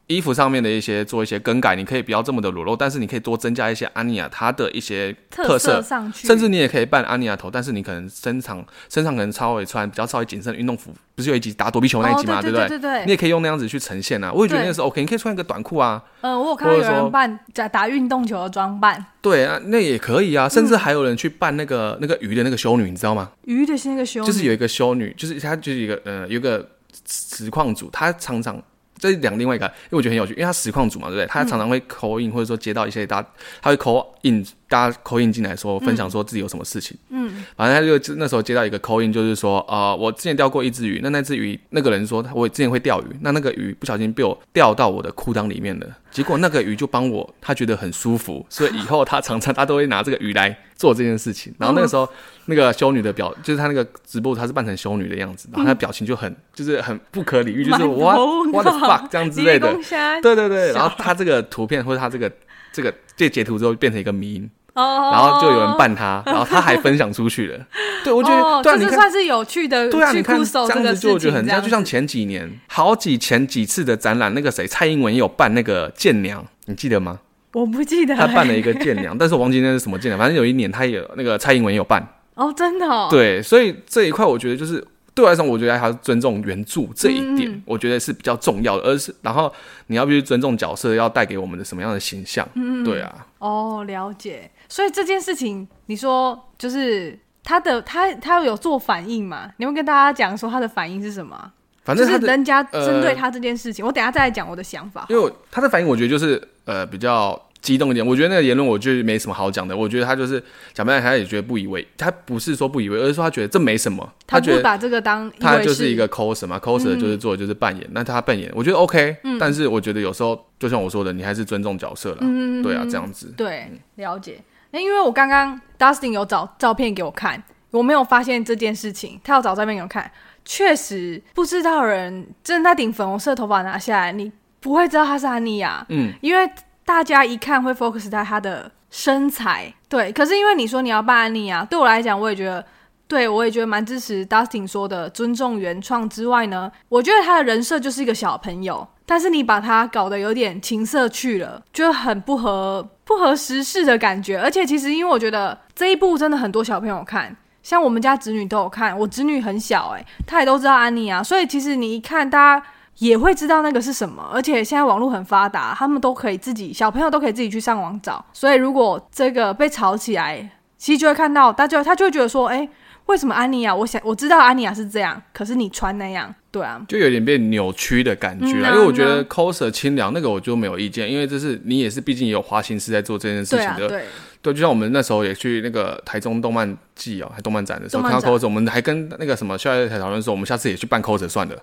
衣服上面的一些做一些更改，你可以不要这么的裸露，但是你可以多增加一些安妮亚她的一些特
色上去，
甚至你也可以扮安妮亚头，但是你可能身上身上可能稍微穿比较稍微紧身的运动服，不是有一集打躲避球那一
哦，
集嘛，
对
不
对对对
你
对，
也可以用那样子去呈现啊，我也觉得那
对
是 OK，你可以穿一个短裤啊，
呃，我有看到
或
有
者说
人扮打打运动球的装扮，
对啊，那也可以啊，甚
嗯
至还有人去扮那个、那个鱼的那个修女，你知道吗？
鱼的是那个修女，
就是有一个修女，就是她就是一个呃，有一个实况组，她常常这是两另外一个，因为我觉得很有趣，因为她实况组嘛，对不对？她常常会口音，或者说接到一些大，她会口音，大家口音进来说分享说自己有什么事情，嗯，反正她就那时候接到一个口音，就是说啊、呃我之前钓过一只鱼，那那只鱼那个人说我之前会钓鱼，那那个鱼不小心被我钓到我的裤裆里面了，结果那个鱼就帮我，他觉得很舒服，所以以后他常常他都会拿这个鱼来做这件事情，然后那个时
嗯
候。那个修女的表，就是她那个直播，她是扮成修女的样子，然后她的表情就很，就是很不可理喻，就是
满头
what what the
脑
fuck 这样之类的
你讲。 啥
对对对，
小
然后她这个图片或者她这个这个这截图之后变成一个迷，
哦，
然后就有人扮她，然后她还分享 出去了。对，我觉
哦
得对
这
啊，你
是
看，
算是有趣的，
对啊，
去
你看
c
这
u 这
样
个
子
事
就
情，
我觉得很
这
像，
样
就像
子
前几年好几前几次的展览，那个谁蔡英文也有办那个舰娘，你记得吗？
我不记得
她
欸
办了一个舰娘， 但是我忘记那是什么舰娘，反正有一年她也有那个蔡英文也有办。
哦，真的哦，
对，所以这一块我觉得就是对我来讲，我觉得还要尊重原著这一点，
嗯嗯
我觉得是比较重要的。而是然后你要必须尊重角色要带给我们的什么样的形象，
嗯
对啊，
哦，了解。所以这件事情，你说就是他的他他有做反应嘛？你会跟大家讲说他的反应是什么啊？
反正
就是
他的，
人家针对
呃
他这件事情，我等一下再来讲我的想法。
因为我他的反应，我觉得就是呃比较激动一点，我觉得那个言论我就没什么好讲的。我觉得他就是讲白了，他也觉得不以为，他不是说不以为，而是说他觉得这没什么，
他不
觉
会嗯
得
把这个当一
他
回
就是
事
一个 coser 嘛，coser 就是做的就是扮演，那他扮演我觉得 OK，但
嗯
是我觉得有时候就像我说的，你还是尊重角色啦，
嗯
对啊，这样子，
对，了解。那因为我刚刚 Dustin 有找照片给我看，我没有发现这件事情，他有找照片给我看，确实不知道人真的那顶粉红色头发拿下来，你不会知道她是安妮啊亚，
嗯，
因为大家一看会 focus 在她的身材，对。可是因为你说你要扮安妮亚，啊对我来讲，我也觉得。对，我也觉得蛮支持 Dustin 说的尊重原创之外呢，我觉得他的人设就是一个小朋友，但是你把他搞得有点情色去了，就很不合不合时事的感觉。而且其实因为我觉得这一部真的很多小朋友看，像我们家侄女都有看，我侄女很小哎、欸，她也都知道安妮啊，所以其实你一看大家。也会知道那个是什么，而且现在网络很发达，他们都可以自己小朋友都可以自己去上网找，所以如果这个被炒起来，其实就会看到大家他就会觉得说，哎、为什么安妮亚？我想我知道安妮亚是这样，可是你穿那样，对啊，
就有点被扭曲的感觉
嗯
啦。
啊
因为我觉得 coser 清凉那个我就没有意见，因为这是你也是毕竟也有花心思在做这件事
对
情
啊，
的，
对，
对，就像我们那时候也去那个台中动漫季哦、还动漫展的时候，
动
看
漫
到
展
coser，我们还跟那个什么校外台讨论说，我们下次也去办 coser 算了，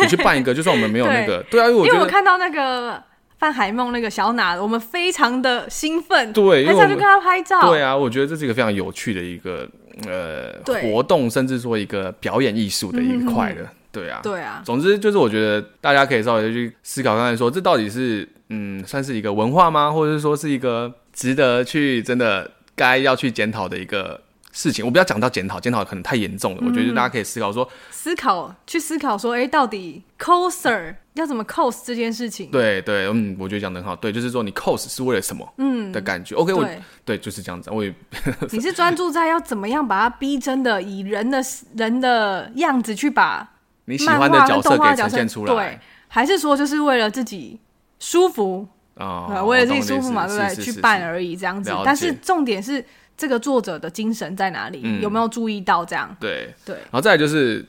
也去办一个，就算我们没有 那个，对啊，因为我
因
觉
为我
得。
看到那个范海梦那个小哪，我们非常的兴奋，
对，因
还
为我
想去跟
们
他拍照，
对啊，我觉得这是一个非常有趣的一个呃
对嗯
活动，甚至说一个表演艺术的一个快乐。对啊，
对啊，
总之就是，我觉得大家可以稍微去思考看看说这到底是嗯，算是一个文化吗？或者是说是一个值得去真的该要去检讨的一个事情？我不要讲到检讨，检讨可能太严重
嗯
了。我觉得大家可以思考说，
思考去思考说，哎，到底 coser 要怎么 cos 这件事情？
对对，嗯，我觉得讲的很好，对，就是说你 cos 是为了什么，嗯的感觉。OK，我
对，
对就是这样子，我也
你是专注在要怎么样把它逼真的以人的人的样子去把
你喜
漫
欢
画
的
跟
角
动
色
画
给
的角
呈
色
现出
对
来，，
还是说就是为了自己舒服，
啊
对，为了自己
懂
舒
你
服
意
嘛，
思
对不对？
是是
去
是
办
是
而已，这样子
了。
但是
解
重点是这个作者的精神在哪里？
嗯
有没有注意到这样？
对，
对，
然后再来就是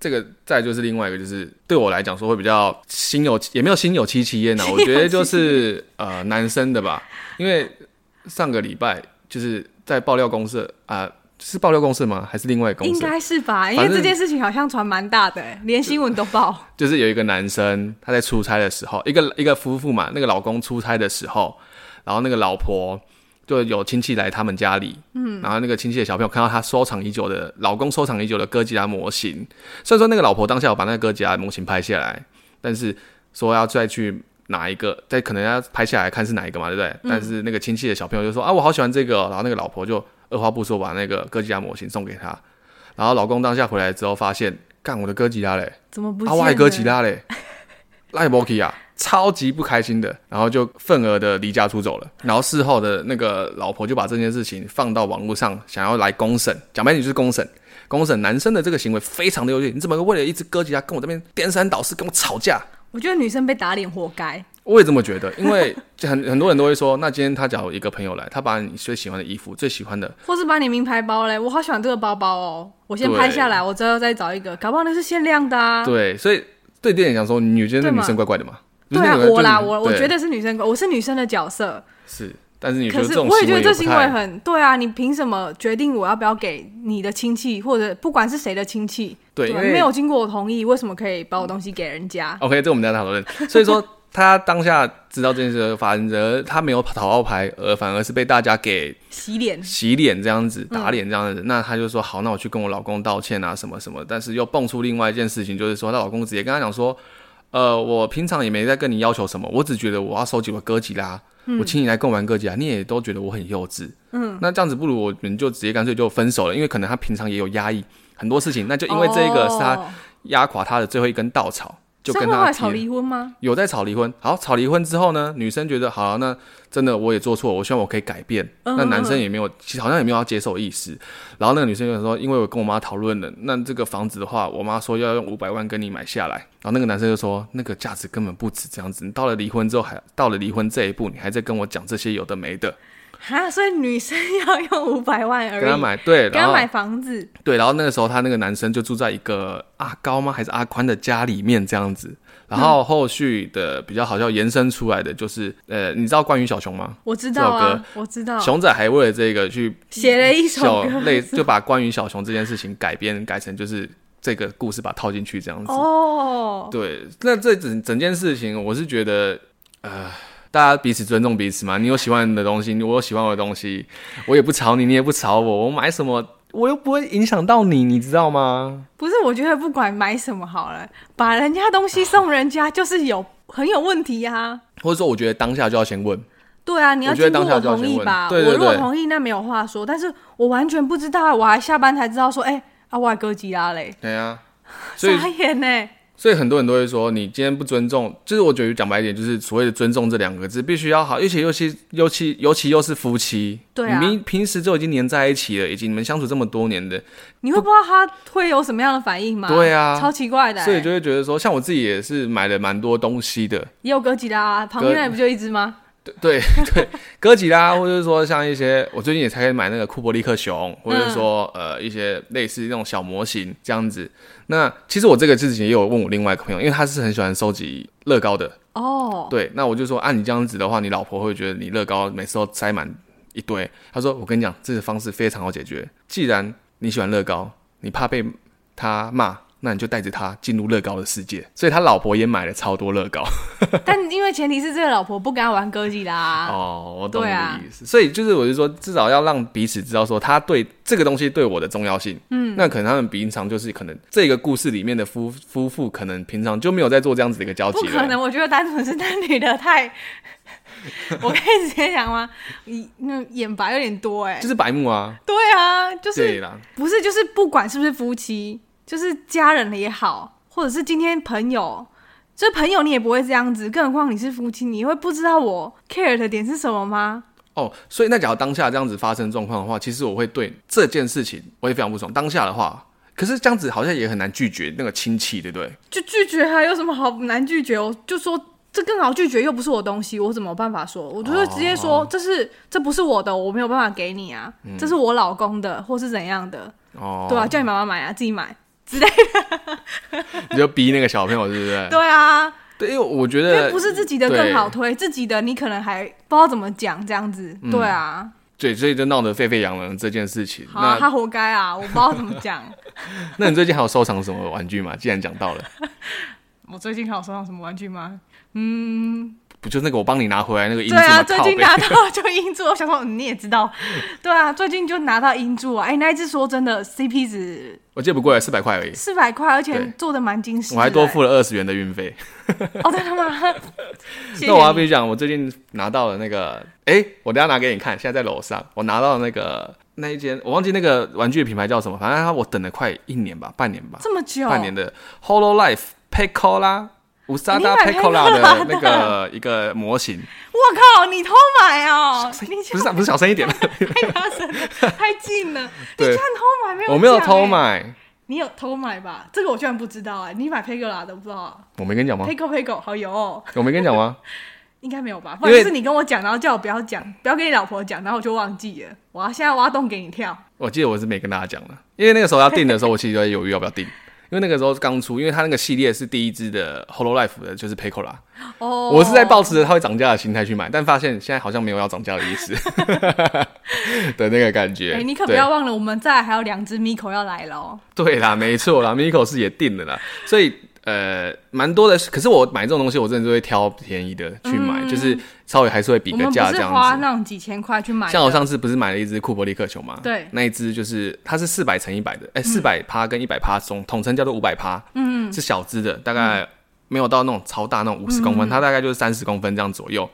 这个，再来就是另外一个，就是对我来讲说会比较心有也没有心有戚戚焉呐、啊我觉得就是呃男生的吧，因为上个礼拜就是在爆料公社啊、是爆料公社吗？还是另外一个公
应
社？
该是吧？因为
反正
这件事情好像传蛮大的、连新闻都报。
就是有一个男生他在出差的时候，一个一个夫妇嘛，那个老公出差的时候，然后那个老婆就有亲戚来他们家里，嗯，然后那个亲戚的小朋友看到他收藏已久的老公收藏已久的哥吉拉模型，虽然说那个老婆当下有把那个哥吉拉模型拍下来，但是说要再去。拿一个，再可能要拍下来看是哪一个嘛，对不对？但是那个亲戚的小朋友就说啊，我好喜欢这个、哦，然后那个老婆就二话不说把那个哥吉拉模型送给他，然后老公当下回来之后发现，干我的哥吉拉嘞，
怎么不
啊，
见
我
了？
还哥吉拉嘞， 赖莫基啊，超级不开心的，然后就愤而的离家出走了。然后事后的那个老婆就把这件事情放到网络上，想要来公审。讲白点就是公审，公审男生的这个行为非常的有趣，你怎么为了一只哥吉拉跟我这边颠三倒四，跟我吵架？
我觉得女生被打脸活该。
我也这么觉得，因为就很很多人都会说，那今天他找一个朋友来，他把你最喜欢的衣服、最喜欢的，
或是把你名牌包嘞，我好喜欢这个包包哦，我先拍下来，我之后再找一个，搞不好那是限量的啊。
对，所以对店员讲说，你觉得
对
那
嘛
女生怪怪的吗？
对啊，
不是那个
我啦，
就是
我我
对
觉得是女生，我是女生的角色，
是，但是你觉
可
得这
是
种
我也觉得这
不
行
太
为很对啊，你凭什么决定我要不要给你的亲戚，或者不管是谁的亲戚？
对
啊
因为
没有经过我同意，为什么可以把我东西给人 家？
OK，这我们等一下讨论。所以说，他当下知道这件事，反而他没有讨奥牌，而反而是被大家给
洗脸，
洗脸这样子、
嗯
打脸这样子。那他就说好，那我去跟我老公道歉啊，什么什么。但是又蹦出另外一件事情，就是说她老公直接跟她讲说，呃，我平常也没在跟你要求什么，我只觉得我要收集我哥吉拉，
嗯
我请你来跟我玩哥吉拉，你也都觉得我很幼稚。嗯，那这样子不如我们就直接干脆就分手了，因为可能他平常也有压抑很多事情，那就因为这个是他
哦
压垮他的最后一根稻草。就
所以
跟
会后
他
来
提
吵离婚吗？
有在吵离婚。好，吵离婚之后呢，女生觉得好、那真的我也做错，我希望我可以改变。
嗯
那男生也没有，其实好像也没有要接受意思。然后那个女生就说，因为我跟我妈讨论了，那这个房子的话，我妈说要用五百万跟你买下来。然后那个男生就说，那个价值根本不止这样子。你到了离婚之后还到了离婚这一步，你还在跟我讲这些有的没的，
哈，所以女生要用 五百万而已，
跟他买对，
给
然
她
后
买房子，
对，然后那个时候他那个男生就住在一个阿高吗还是阿宽的家里面这样子，
嗯
然后后续的比较好笑延伸出来的就是，呃，你知道关于小熊吗？
我知道
这首
啊
歌，
我知道，
熊仔还为了这个去
写了一首
小
歌
类就把关于小熊这件事情改编改成就是这个故事把它套进去这样子。
哦，
对，那这整整件事情，我是觉得，呃，大家彼此尊重彼此嘛。你有喜欢的东西，我有喜欢我的东西，我也不吵你，你也不吵我，我买什么我又不会影响到你，你知道吗？
不是，我觉得不管买什么好了，把人家东西送人家就是有很有问题啊。
或者说，我觉得当下就要先问，
对啊，你要
我觉得
经过
当下
我
就要
同
先
意
问
吧？
对对
我如果
对
同意，那没有话说。但是我完全不知道啊，我还下班才知道说，哎、啊，我还哥吉拉嘞，
对啊。所以，
傻眼欸呢、
所以很多人都会说，你今天不尊重，就是我觉得讲白一点，就是所谓的尊重这两个字，必须要好，而且尤其尤其尤其又是夫妻，
对啊
你们平时就已经黏在一起了，已经你们相处这么多年的，
你会不知道他会有什么样的反应吗？
对啊
超奇怪的欸、
所以就会觉得说，像我自己也是买了蛮多东西的，
也有哥吉拉、啊，旁边那不就一只吗？
对对对，哥吉拉，或者是说像一些，我最近也才开始买那个库伯利克
嗯
熊，或者是说、呃一些类似那种小模型这样子。那其实我这个事情也有问我另外一个朋友，因为他是很喜欢收集乐高的，
哦，
对，那我就说啊，你这样子的话，你老婆会觉得你乐高每次都塞满一堆。他说，我跟你讲，这个方式非常好解决。既然你喜欢乐高，你怕被他骂，那你就带着他进入乐高的世界。所以他老婆也买了超多乐高。
但因为前提是这个老婆不跟他玩哥吉拉 啊、
哦，我懂你
对
的
啊
意思。所以就是，我就说，至少要让彼此知道说，他对这个东西对我的重要性。嗯，那可能他们平常就是可能这个故事里面的夫夫妇，可能平常就没有在做这样子的一个交集
不
了。
可能，我觉得单纯是那女的太， 我可以直接讲吗？你那眼白有点多哎、
就是白目啊。
对啊，就
对
是
啦，
不是就是不管是不是夫妻，就是家人的也好，或者是今天朋友，这朋友你也不会这样子，更何况你是夫妻，你会不知道我 care 的点是什么吗？
哦，所以那假如当下这样子发生状况的话，其实我会对这件事情我也非常不爽。当下的话，可是这样子好像也很难拒绝那个亲戚，对不对？
就拒绝还有什么好难拒绝？我就说这更好拒绝，又不是我东西，我怎么有办法说？我就会直接
哦
说、这是这不是我的，我没有办法给你啊，
嗯
这是我老公的，或是怎样的，
哦，
对啊，叫你妈妈买啊，自己买，
你就逼那个小朋友，对不对？
对啊，
对，因为我觉
因为
得
不是自己的更好推，自己的你可能还不知道怎么讲这样子，
嗯
对啊，
对，所以就闹得沸沸扬扬这件事情。
好啊，他活该啊，我不知道怎么讲。
那那你最近还有收藏什么玩具吗？既然讲到了，
我最近还有收到什么玩具吗？
不就那个我帮你拿回来那个音
对
字吗？
啊，
靠
最
背
近拿到 就银柱，我想说嗯你也知道，对啊，最近就拿到银柱啊，哎、那一只说真的 CP 值
我记得不贵，四百块而已，
四百块，而且
对
做的蛮精实的、
我还多付了二十元的运费。
哎哦，真的 吗？谢谢
那我要
你
必须讲，我最近拿到了那个，哎、我等一下拿给你看，现在在楼上，我拿到那个那一间，我忘记那个玩具品牌叫什么，反正它我等了快一年吧，半年吧，
这么久，
半年的 Holo Life Pecola 乌萨达
哦你买
Pecola 的
Pecola
那个一个模型，
我靠，你偷买哦、你
不是啊不是小声一点吗？
太大声了，太近 了，你
对
居然偷买没有、欸
我没有偷，买，
你有偷买吧？这个我居然不知道哎、你买 Pego 啦都不知道啊
我没跟你讲吗？
，Pego Pego 好油、哦，
我没跟你讲吗？
应该没有吧？
因
不
为
然就是你跟我讲，然后叫我不要讲，不要跟你老婆讲，然后我就忘记了。我要现在挖洞给你跳，
我记得我是没跟大家讲的，因为那个时候要订的时候，我其实就在犹豫要不要订，因为那个时候刚出，因为它那个系列是第一支的 Holo Life 的，就是 Pecola。
哦，
我是在抱持着它会涨价的心态去买，但发现现在好像没有要涨价的意 思的那个感觉。
哎、你可不
对
要忘了，我们再来还有两只 Miko 要来了哦。
对啦，没错啦，Miko 是也定了啦，所以呃，蛮多的。可是我买这种东西，我真的就会挑便宜的去买，就是稍微还是会比
嗯我
个
们不
价这
是花
样子。
那种几千块去买的，
像我上次不是买了一只库伯利克球嘛？
对嗯
那一只就是它是四百乘一百的，哎、4四百趴跟一百趴中统称叫做五百趴，嗯，是小只的，大
嗯
概没有到那种超大那种五十公分，它大概就是三十公分这样左右。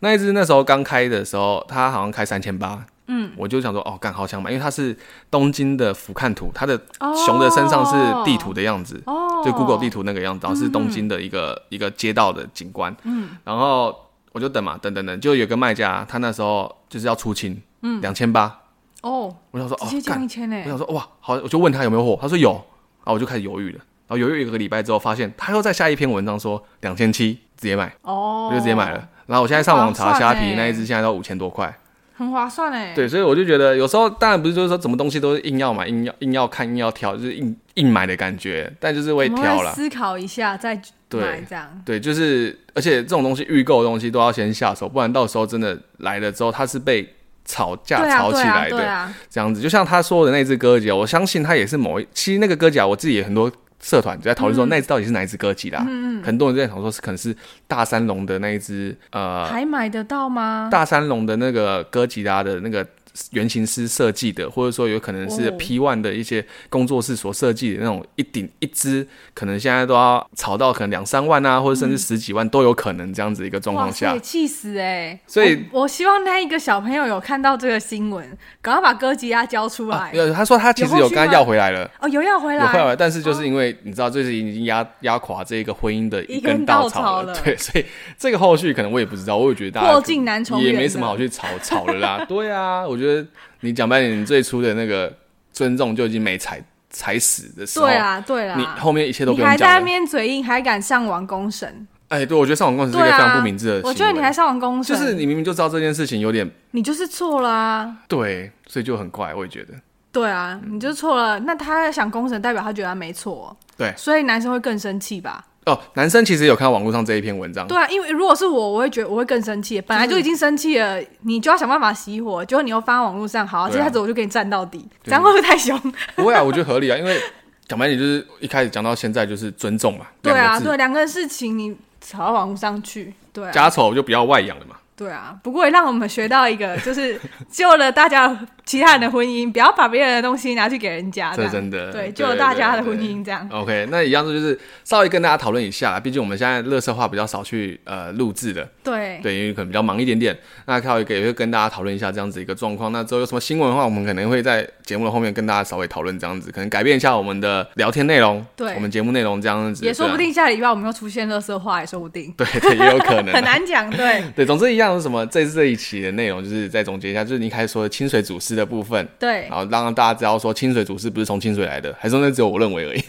那一只那时候刚开的时候，它好像开三千八，嗯，我就想说哦，干好想买，因为它是东京的俯瞰图，它的熊的身上是地图的样子，
哦，
就 Google 地图那个样子，然后是东
嗯
京的一个、一个街道的景观。嗯，然后我就等嘛，等等等，就有个卖家，他那时候就是要出清，嗯，两千八，
哦，
我想说
直
哦
接，降一
干，
千
我
哎，
想说哇，好，我就问他有没有货，他说有，然后我就开始犹豫了，然后犹豫一个礼拜之后，发现他又在下一篇文章说两千七，直接买，
哦，
我就直接买了。然后我现在上网
划
查虾
算
皮
欸
那一只，现在都五千多块。
很划算哎。
对，所以我就觉得有时候当然不是就是说什么东西都是硬要买、硬要硬要看、硬要挑，就是硬硬买的感觉，但就是会
我们
挑
会
啦。
思考一下再买
对
这样。
对，就是而且这种东西预购的东西都要先下手，不然到时候真的来了之后，它是被吵架
对啊，
吵
对
起
啊，
来
对
的。
啊，
这样子，就像他说的那只歌姬啊，我相信他也是某一，其实那个歌姬啊，我自己也很多社团在讨论
嗯
说那只到底是哪一只歌姬啦，嗯嗯，很多人在想说是可能是大三龙的那一只，呃，
还买得到吗？
大三龙的那个哥吉拉的那个原型师设计的，或者说有可能是
哦
P One 的一些工作室所设计的那种一顶一只，可能现在都要炒到可能两三万啊，或者甚至十几万都有可能这样子一个状
嗯哇
况下
塞，，气死哎、
啊所以
我我希望那一个小朋友有看到这个新闻，赶快把哥吉拉交出来。
啊有他说他其实有跟他要回来了。
哦，有要回
有
来，
回来，但是就是因为你知道，这是已经压压垮这个婚姻的
一根
根
稻
稻
草
草
了
对，所以这个后续可能我也不知道，我也觉得大家
破镜难 重圆
也
的
没什么好去吵吵了啦。对啊，我觉得你讲白点，你最初的那个尊重就已经没踩踩死的时候，
对啦，对啦，
哦你后面一切都不
你
用
还在
讲
那
了。
边嘴硬，还敢上网公审？
哎，对，我觉得上网公司是一
对
个非常
啊，
不明智的行为。
我觉得你还上网公
就
审，
是你明明就知道这件事情有点
你就是错了啊。
对，所以就很怪，我也觉得。
对啊，你就错了。那他想公审，代表他觉得他没错，
对
所以男生会更生气吧？
哦，男生其实有看到网络上这一篇文章，
对啊，因为如果是我，我会觉得我会更生气。本来就已经生气了，你就要想办法熄火，结果你又发网络上，好，
对啊
这下子我就给你站到底，这样会不会太凶？
不会啊，我觉得合理啊，因为讲白点就是一开始讲到现在就是尊重嘛，
对
两
啊，
个字
对，两个事情你吵到网络上去，对啊，
家丑就不要外扬了嘛。
对啊。不过也让我们学到一个，就是救了大家其他人的婚姻，不要把别人的东西拿去给人家，
这
样
是真的
对，
对
救了大家的
对
婚
对
姻这样。
OK，那一样就是稍微跟大家讨论一下啦，毕竟我们现在乐色话比较少去呃录制的，
对，
对，因为可能比较忙一点点。那还有一个也会跟大家讨论一下这样子一个状况。那之后有什么新闻的话，我们可能会在节目的后面跟大家稍微讨论这样子，可能改变一下我们的聊天内容，
对
我们节目内容这样子，
也说不
对啊
定下礼拜我们又出现乐色话，也说不定，
对 对，也有可能啊
很难讲。 对
对，总之一样是什么？这次这一期的内容就是再总结一下，就是你一开始说的清水祖师的部分，
对
然，后让大家知道说清水祖师不是从清水来的，还是那只有我认为而已。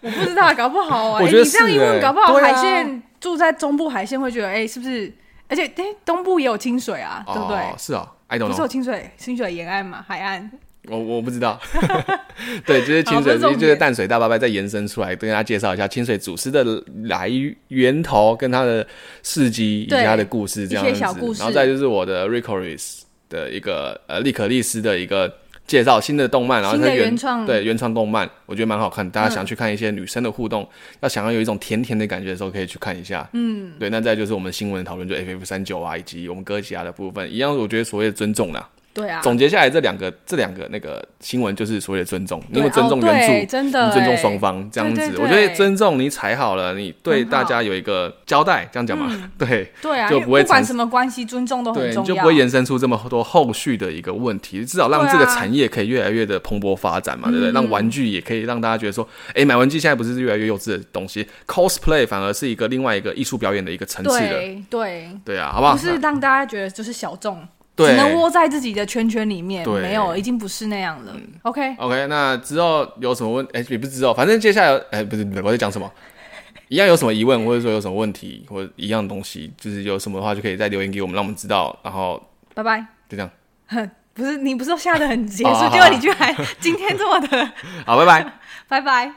我不知道，搞不好 哎、
我
欸
觉得
你这样
是
一问，
欸
搞不好
对
海
啊
鲜、住在中部海鲜会觉得，哎、是不是？而且，哎、东部也有清水啊，对不
哦
对？
是哦，I don't
不是有
know，
清水，清水沿岸嘛，海岸。
我我不知道。 对，就是
好
清
不是
水，
重
就是
点
淡水大拜拜再延伸出来，跟大家介绍一下清水祖师的来源头、跟他的事迹以及
对
他的故事这样
一
子。
些小故事
然后再就是我的 Ricoris 的一个呃利可利斯的一个介绍新的动漫，然后
新
它
的原创嗯
对原创动漫，我觉得蛮好看。大家想去看一些女生的互动，要想要有一种甜甜的感觉的时候，可以去看一下。嗯，对。那再就是我们新闻的讨论，就 FF 三九啊，以及我们哥吉拉的部分，一样我觉得所谓的尊重啦。
对啊，
总结下来，这两个这两个那个新闻就是所谓的尊重，你
对
有尊重
哦
原著，
对真的
你尊重
欸
双方这样子
对对
我觉得
对
尊重你踩好了，你对
很好
大家有一个交代，这样讲嘛，对。
对啊，
就
因为
不会
不管
产
什么关系，尊重都哦很
对，
重要。
你就不会延伸出这么多后续的一个问题，至少让
对啊嗯
这个产业可以越来越的蓬勃发展嘛，对不对？让玩具也可以让大家觉得说，哎，买玩具现在不是越来越幼稚的东西，cosplay 反而是一个另外一个艺术表演的一个层次了，
对对，
对啊，好不好？
不是让大家觉得就是小众，
对
只能窝在自己的圈圈里面，
对嗯
没有，已经不是那样了。OK，
OK，那之后有什么问？哎、也不是之后，反正接下来，哎、不是我在讲什么，一样有什么疑问，或者说有什么问题，或者一样东西，就是有什么的话，就可以再留言给我们，让我们知道。然后
拜拜。
就这样，
不是你不是都下得很结
哦
束，
好
结果你居然今天这么的，
好，拜拜。
拜拜。